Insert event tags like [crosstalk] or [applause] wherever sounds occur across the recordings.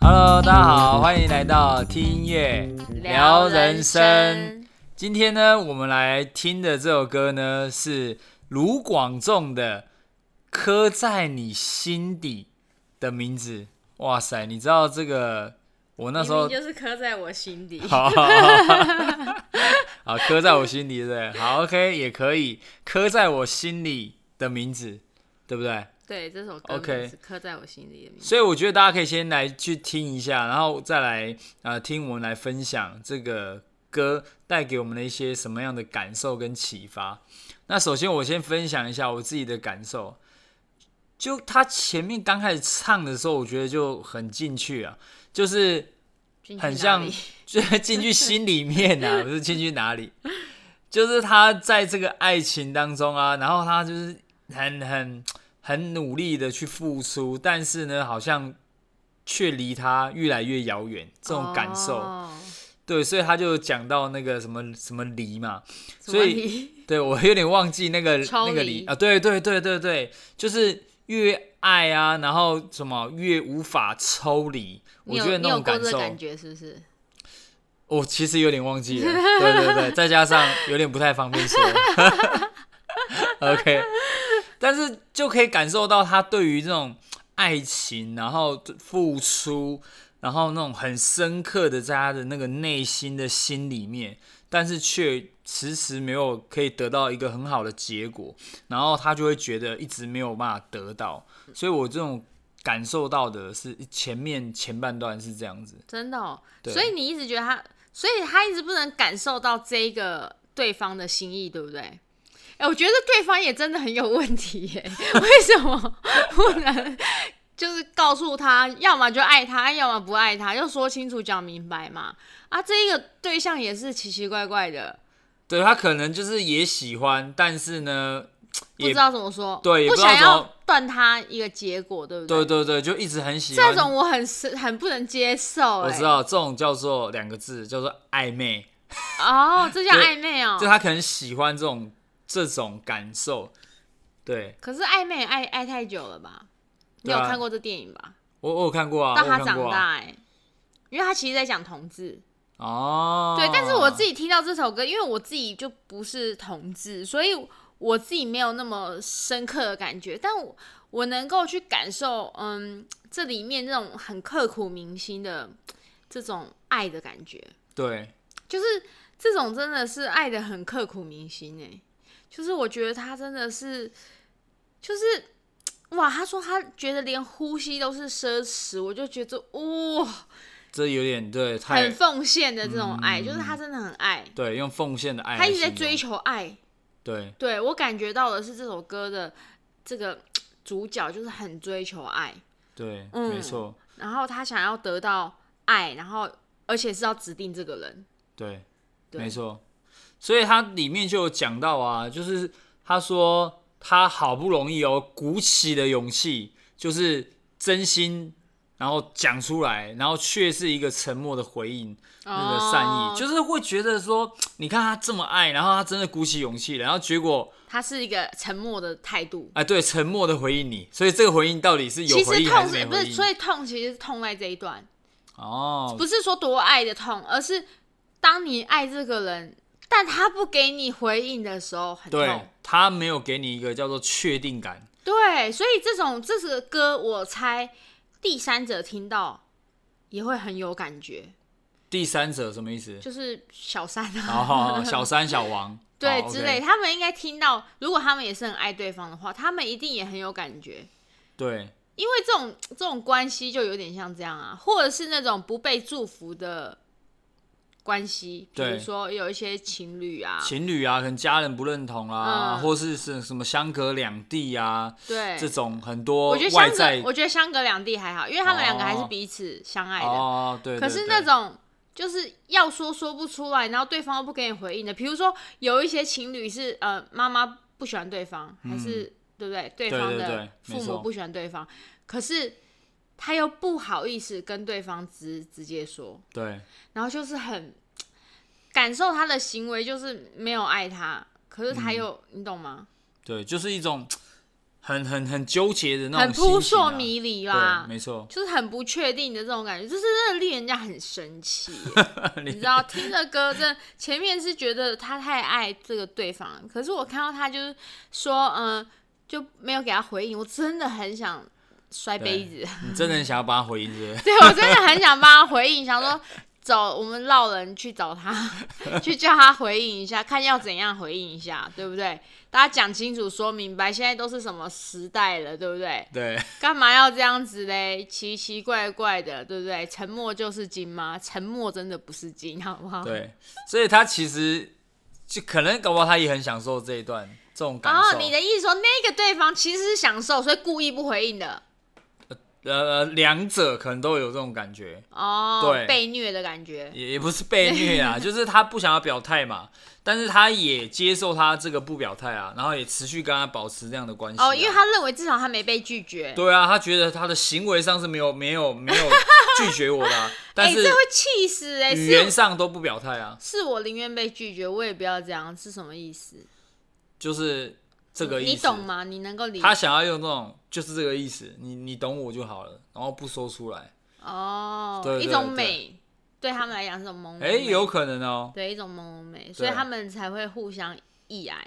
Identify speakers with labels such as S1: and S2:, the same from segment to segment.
S1: Hello，大家好，欢迎来到听音乐聊人生。。今天呢，我们来听的这首歌呢是卢广仲的《刻在你心底的名字》。哇塞，你知道这个？我那时候
S2: 明明就是刻在我心底。
S1: [laughs] 好，好好好刻在我心里，对不对？好，OK，也可以刻在我心里的名字，对不对？
S2: [laughs] 对，这首歌
S1: OK
S2: 名字刻在我心里的名字。
S1: 所以我觉得大家可以先来去听一下，然后再来呃听我们来分享这个歌带给我们的一些什么样的感受跟启发。那首先我先分享一下我自己的感受，就他前面刚开始唱的时候，我觉得就很进去啊，就是
S2: 进去
S1: 很
S2: 哪
S1: 像
S2: 里
S1: 就是进去心里面啊，不是进去哪里，就是他在这个爱情当中啊，然后他就是很很很努力的去付出，但是呢，好像却离他越来越遥远，这种感受。
S2: 哦
S1: 对，所以他就讲到那个什么什么离嘛，
S2: 什
S1: 所
S2: 么
S1: 以
S2: 你
S1: 对我有点忘记那个
S2: 抽
S1: 那个
S2: 离
S1: 离啊，对对对对对，就是越爱啊，然后什么越无法抽离，我
S2: 你
S1: 觉
S2: 有
S1: 得那
S2: 你有
S1: 种
S2: 过
S1: 感
S2: 这个
S1: 受。
S2: 感觉是不是？
S1: 我其实有点忘记了，对对对，再加上有点不太方便说。OK，但是就可以感受到他对于这种爱情，然后付出，然后那种很深刻的在他的那个内心的心里面，但是却迟迟没有可以得到一个很好的结果，然后他就会觉得一直没有办法得到，所以我这种感受到的是前面前半段是这样子。
S2: 真的哦。
S1: 对
S2: 所以你一直觉得他，所以他一直不能感受到这一个对方的心意，对不对？哎、我觉得对方也真的很有问题耶，为什么不能？就是告诉他，要么就爱他，要么不爱他，就说清楚、讲明白嘛。啊，这一个对象也是奇奇怪怪的，
S1: 对他可能就是也喜欢，但是呢，
S2: 不
S1: 也
S2: 知道怎么说，
S1: 对也不知道
S2: 想
S1: 怎
S2: 要
S1: 么
S2: 断他一个结果，对不
S1: 对对对，就一直很喜欢。
S2: 这种我很是很不能接受、
S1: 我
S2: 哎，
S1: 知道，这种叫做两个字，叫做暧昧。
S2: 哦，这叫
S1: 对
S2: 暧昧哦、
S1: 就他可能喜欢这种这种感受。对
S2: 可是暧昧也爱爱太久了吧？你
S1: 对
S2: 有
S1: 啊
S2: 看过这电影吧？
S1: 我我有看过啊，
S2: 到
S1: 我有
S2: 他
S1: 看
S2: 长
S1: 过
S2: 大
S1: 啊。
S2: 哎、因为他其实在讲同志。
S1: 哦，
S2: 对，但是我自
S1: 己
S2: 己听到这首歌，因为我自己就不是同志，所以我自己没有那么深刻的感觉，但我我能够去感受，嗯，这里面那种很刻骨铭心的这种爱的感觉。
S1: 对
S2: 就是这种真的是爱的很刻骨铭心哎，就是我觉得他真的是，就是哇，他说他觉得连呼吸都是奢侈，我就觉得哇、
S1: 这有点对太
S2: 很奉献的这种爱，就是他真的很爱，
S1: 对用奉献嗯的爱来
S2: 他一直在
S1: 形容
S2: 追求爱。
S1: 对
S2: 对我感觉到的是这首歌的这个主角就是很追求爱，
S1: 对、
S2: 嗯
S1: 没错
S2: 然后他想要得到爱，然后而且是要指定这个人，
S1: 对。
S2: 对
S1: 没错。所以他里面就有讲到啊，就是他说他好不容易哦鼓起的勇气，就是真心，然后讲出来，然后却是一个沉默的回应，那个善意，
S2: 哦
S1: 就是会觉得说，你看他这么爱，然后他真的鼓起勇气了，然后结果
S2: 他是一个沉默的态度。
S1: 哎，对，沉默的回应你，所以这个回应到底是有
S2: 其
S1: 回
S2: 实
S1: 应还
S2: 痛
S1: 是没
S2: 不
S1: 回
S2: 是，
S1: 应？
S2: 所以痛其实是痛在这一段，
S1: 哦，
S2: 不是说多爱的痛，而是当你爱这个人，但他不给你回应的时候很
S1: 对
S2: 痛。，
S1: 他没有给你一个叫做确定感，
S2: 对，所以这种这首歌，我猜第三者听到也会很有感觉，
S1: 第三者什么意思？
S2: 就是小三 [laughs]
S1: 然
S2: 啊，
S1: 后小三、小王，
S2: [laughs] 对、
S1: 好
S2: 之
S1: OK
S2: 类，他们应该听到，如果他们也是很爱对方的话，他们一定也很有感觉。
S1: 对
S2: 因为这种这种关系就有点像这样啊，或者是那种不被祝福的关系，比
S1: 对
S2: 如说有一些情侣啊，
S1: 情侣啊，可能家人不认同啊，
S2: 嗯
S1: 或是是什么相隔两地啊，
S2: 对，
S1: 这种很多
S2: 我觉得
S1: 外
S2: 相
S1: 在
S2: 隔，我觉得相隔两地还好，因为他们两个还是
S1: 哦
S2: 彼此相爱的。
S1: 哦，对
S2: 可
S1: 对
S2: 是
S1: 对
S2: 那种就是要说说不出来，然后对方又不给你回应的，比如说有一些情侣是呃妈妈不喜欢对方，还是、对不对？对
S1: 嗯对
S2: 方
S1: 对
S2: 的
S1: 对
S2: 父
S1: 没错
S2: 母不喜欢对方，可是他又不好意思跟对方直直接说，
S1: 对
S2: 然后就是很感受他的行为，就是没有爱他，可是
S1: 嗯
S2: 他又、你懂吗？
S1: 对，就是一种很很很纠结的那
S2: 很
S1: 种心情啊、
S2: 扑朔迷离啦
S1: 对，，没错，
S2: 就是很不确定的这种感觉，就是真的令人家很生气耶。
S1: [laughs]
S2: 你知道，听着歌，真的前面是觉得他太爱这个对方了，可是我看到他就是说，嗯、就没有给他回应，我真的很想摔杯子。
S1: 你真的很想要帮他回应是不是
S2: [laughs] 对我真的很想帮他回应，想说走，我们绕人去找他， [laughs] 去叫他回应一下，看要怎样回应一下，对不对？大家讲清楚、说明白，现在都是什么时代了，对不对？
S1: 对，
S2: 干嘛要这样子嘞？奇奇怪怪的，对不对？沉默就是金吗？沉默真的不是金，好不好？
S1: 对，所以他其实就可能搞不好他也很享受这一段这种感
S2: 哦，
S1: 受。
S2: 你的意思说那个对方其实是享受，所以故意不回应的
S1: 呃，两者可能都有这种感觉，
S2: 哦
S1: 对，
S2: 被虐的感觉。
S1: 也也不是被虐
S2: [laughs]
S1: 啊，就是他不想要表态嘛，但是他也接受他这个不表态啊，然后也持续跟他保持这样的关系啊、
S2: 哦，因为他认为至少他没被拒绝。
S1: 对啊，他觉得他的行为上是没有没有没有拒绝我的
S2: [laughs]
S1: 啊、但
S2: 哎、
S1: 是
S2: 这会气死哎、
S1: 语
S2: 是
S1: 言上都不表态啊，
S2: 是我宁愿被拒绝，我也不要这样，是什么意思？
S1: 就是这个意思，
S2: 你懂？吗？你能够理
S1: 他想要用这种，就是这个意思，你你懂我就好了，然后不说出来，
S2: 哦，
S1: 对对
S2: 一种美，对他们来讲是种朦胧美，
S1: 哎、有可能哦、
S2: 对一种朦胧美，所以
S1: 对
S2: 他们才会互相抑癌。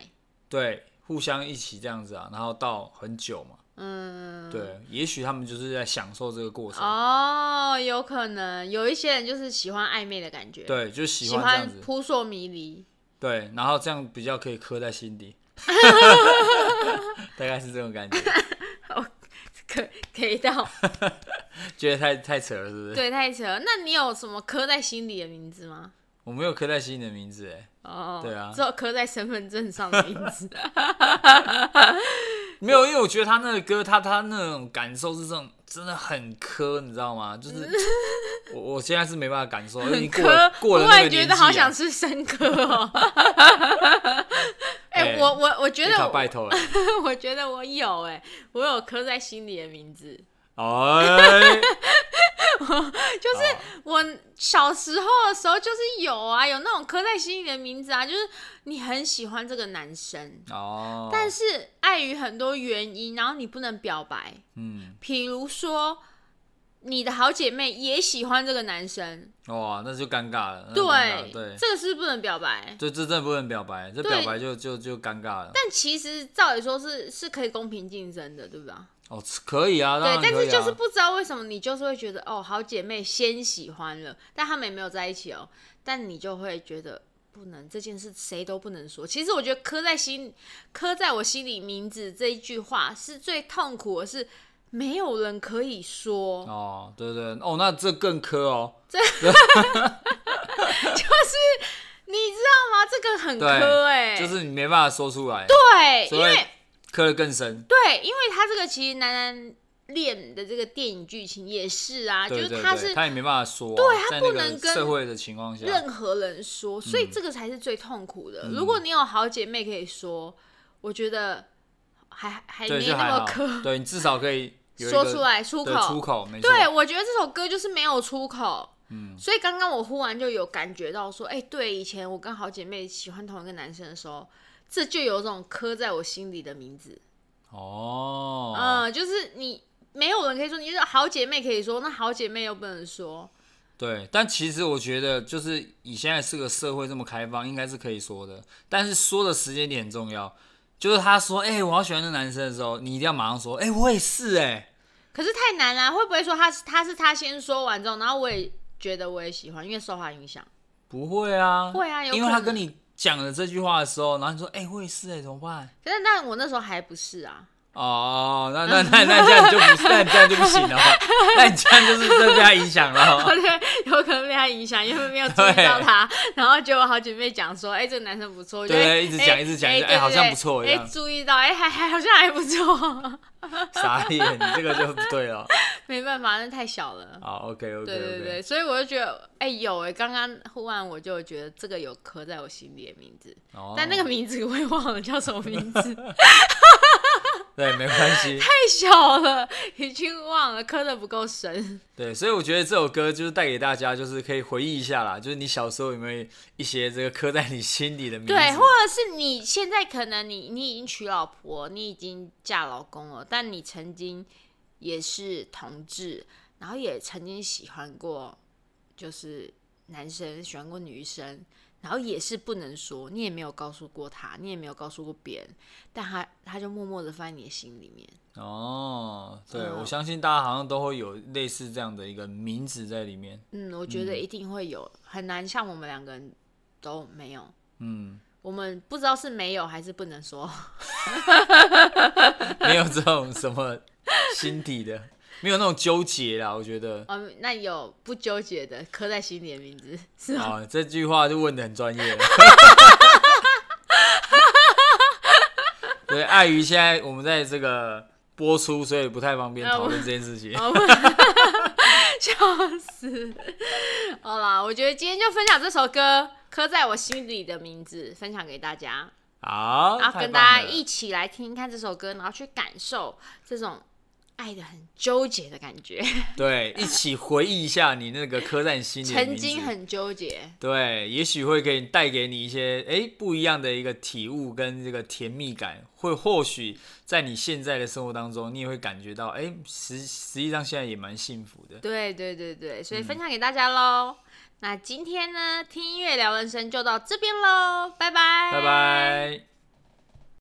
S1: 对，互相一起这样子啊，然后到很久嘛，
S2: 嗯，
S1: 对，也许他们就是在享受这个过程，
S2: 哦，有可能有一些人就是喜欢暧昧的感觉，
S1: 对，就喜
S2: 喜
S1: 欢这样
S2: 欢
S1: 子，
S2: 扑朔迷离。
S1: 对，然后这样比较可以刻在心
S2: [laughs]
S1: 底，大概是这种感觉，
S2: 可可以到
S1: 觉得太太扯了，是不是？
S2: 对太扯了，那你有什么刻在心里的名字吗？
S1: 我没有刻在心里的名字，哎，
S2: 哦，
S1: 对啊
S2: 只有刻在身份证上的名字。
S1: 没有，因为我觉得他那个歌，他他那种感受是这种，真的很磕，你知道吗？就是
S2: [laughs]
S1: 我我现在是没办法感受，因为已经过了
S2: 科，
S1: 过了
S2: 突
S1: 那个年
S2: 然
S1: 纪啊、
S2: 觉得好想吃生
S1: [laughs]
S2: 科哦。哎、
S1: 哎
S2: 我我我觉
S1: 你
S2: 得
S1: 卡
S2: 我
S1: 拜托了，
S2: [laughs] 我觉得我有哎、我有刻在心里的名字。
S1: 哎，
S2: 就是我小时候的时候就是有啊，有那种刻在心里的名字啊，就是你很喜欢这个男生，
S1: 哦，
S2: [laughs] 但是碍于很多原因，然后你不能表白，
S1: 嗯，
S2: 比如说。你的好姐妹也喜欢这个男生，
S1: 哇，那就尴尬了，那就尴
S2: 对，
S1: 尬嗯对，
S2: 这个是不能表白。
S1: 这这真的不能表白，这
S2: 对
S1: 表白就就就尴尬了。
S2: 但其实照理说是是可以公平竞争的，对吧？
S1: 哦，可以啊，当
S2: 对
S1: 然，
S2: 但
S1: 可以
S2: 是
S1: 啊
S2: 就是不知道为什么你就是会觉得哦，好姐妹先喜欢了，但她们也没有在一起哦，但你就会觉得不能这件事谁都不能说。其实我觉得刻在心刻在我心里名字这一句话是最痛苦的是。没有人可以说，
S1: 哦，对对哦，那这更磕哦，
S2: 你知道吗？这个很
S1: 对
S2: 磕哎、
S1: 就是你没办法说出来，
S2: 对，
S1: 所
S2: 因
S1: 以
S2: 为
S1: 磕的更深。
S2: 对，因为他这个其实男男恋的这个电影剧情也是啊，
S1: 对对
S2: 就是
S1: 对，
S2: 他是
S1: 他也没办法说啊、
S2: 对他
S1: 在
S2: 不
S1: 那个
S2: 能跟
S1: 社会的情况下，
S2: 任何人说，
S1: 嗯
S2: 所以这个才是最痛苦的。如果你有好姐妹可以说，我觉得还还
S1: 对，
S2: 没
S1: 就
S2: 那
S1: 还
S2: 么
S1: 好
S2: 可，
S1: 对你至少可以有一
S2: 说
S1: 个
S2: 出来出
S1: 对
S2: 口。
S1: 出口，没错，
S2: 对，我觉得这首歌就是没有出口。
S1: 嗯
S2: 所以刚刚我忽然就有感觉到说，哎、对，以前我跟好姐妹喜欢同一个男生的时候，这就有种刻在我心里的名字。
S1: 哦，
S2: 嗯，就是你没有人可以说，你就是好姐妹可以说，那好姐妹又不能说。
S1: 对。但其实我觉得，就是以现在这个社会这么开放，应该是可以说的，但是说的时间点很重要。就是他说，哎、我好喜欢那男生的时候，你一定要马上说，哎、我也是、哎，
S2: 可是太难啦、会不会说他是他是他先说完之后，然后我也觉得我也喜欢，因为受他影响。
S1: 不会啊，
S2: 会啊有
S1: 因为他
S2: 可
S1: 跟
S2: 能
S1: 你讲了这句话的时候，然后你说，哎、我也是、哎，怎么办？
S2: 可是但我那时候还不是啊，
S1: 哦，那那那那这样你就不，那你这样就不行
S2: [laughs]
S1: 了，那你这样就是真的被他影响了。
S2: 对， [laughs] 有可能被他影响，因为没有注意到 [laughs] 他，然后结果好姐妹讲说，哎、这个男生不错，我就
S1: 对
S2: 哎
S1: 一直讲
S2: 哎
S1: 一直讲
S2: 哎
S1: 一直
S2: 对
S1: 哎好像
S2: 对
S1: 不错一
S2: 哎、
S1: 样
S2: 注意到，哎、还还好像还不错， [laughs]
S1: 傻眼，你这个就不对了。
S2: 没办法，那太小了。
S1: 好，OK OK
S2: 对对对，
S1: OK，
S2: 所以我就觉得，哎、有哎、刚刚忽然我就觉得这个有刻在我心里的名字，
S1: 哦
S2: 但那个名字我也忘了叫什么名字，
S1: 对，没关系。
S2: [laughs] 太小了，已经忘了，磕的不够深。
S1: 对，所以我觉得这首歌就是带给大家，就是可以回忆一下啦，就是你小时候有没有一些这个刻在你心里的名字？
S2: 对，或者是你现在可能你你已经娶老婆，你已经嫁老公了，但你曾经也是同志，然后也曾经喜欢过，就是男生喜欢过女生，然后也是不能说，你也没有告诉过他，你也没有告诉过别人，但他他就默默的放在你的心里面。
S1: 哦，对，
S2: 嗯
S1: 我相信大家好像都会有类似这样的一个名字在里面。
S2: 嗯，我觉得一定会有，很难像我们两个人都没有。
S1: 嗯，
S2: 我们不知道是没有还是不能说，
S1: [laughs] 没有这种什么心底的，没有那种纠结啦。我觉
S2: [laughs]
S1: 得
S2: 嗯，那有不纠结的刻在心里的名字是吗？ [laughs]
S1: 啊，这句话就问的很专业了。对，碍于现在我们在这个播出，所以不太方便
S2: 啊我
S1: 讨论这件事情。
S2: 哦，笑死！好啦，我觉得今天就分享这首歌《刻在我心里的名字》，分享给大家，
S1: 好，
S2: 然后
S1: 哦太
S2: 跟
S1: 棒
S2: 大家
S1: 了
S2: 一起来听听看这首歌，然后去感受这种爱的很纠结的感觉， [laughs]
S1: 对，一起回忆一下你那个刻在你心里的
S2: 曾
S1: 名字
S2: 经很纠结。
S1: 对，也许会给你带给你一些诶不一样的一个体悟跟这个甜蜜感，会或许在你现在的生活当中，你也会感觉到诶，实实际上现在也蛮幸福的。
S2: 对对对对，所以
S1: 嗯
S2: 分享给大家喽。那今天呢，听音乐聊人生就到这边喽，拜拜，
S1: 拜。拜。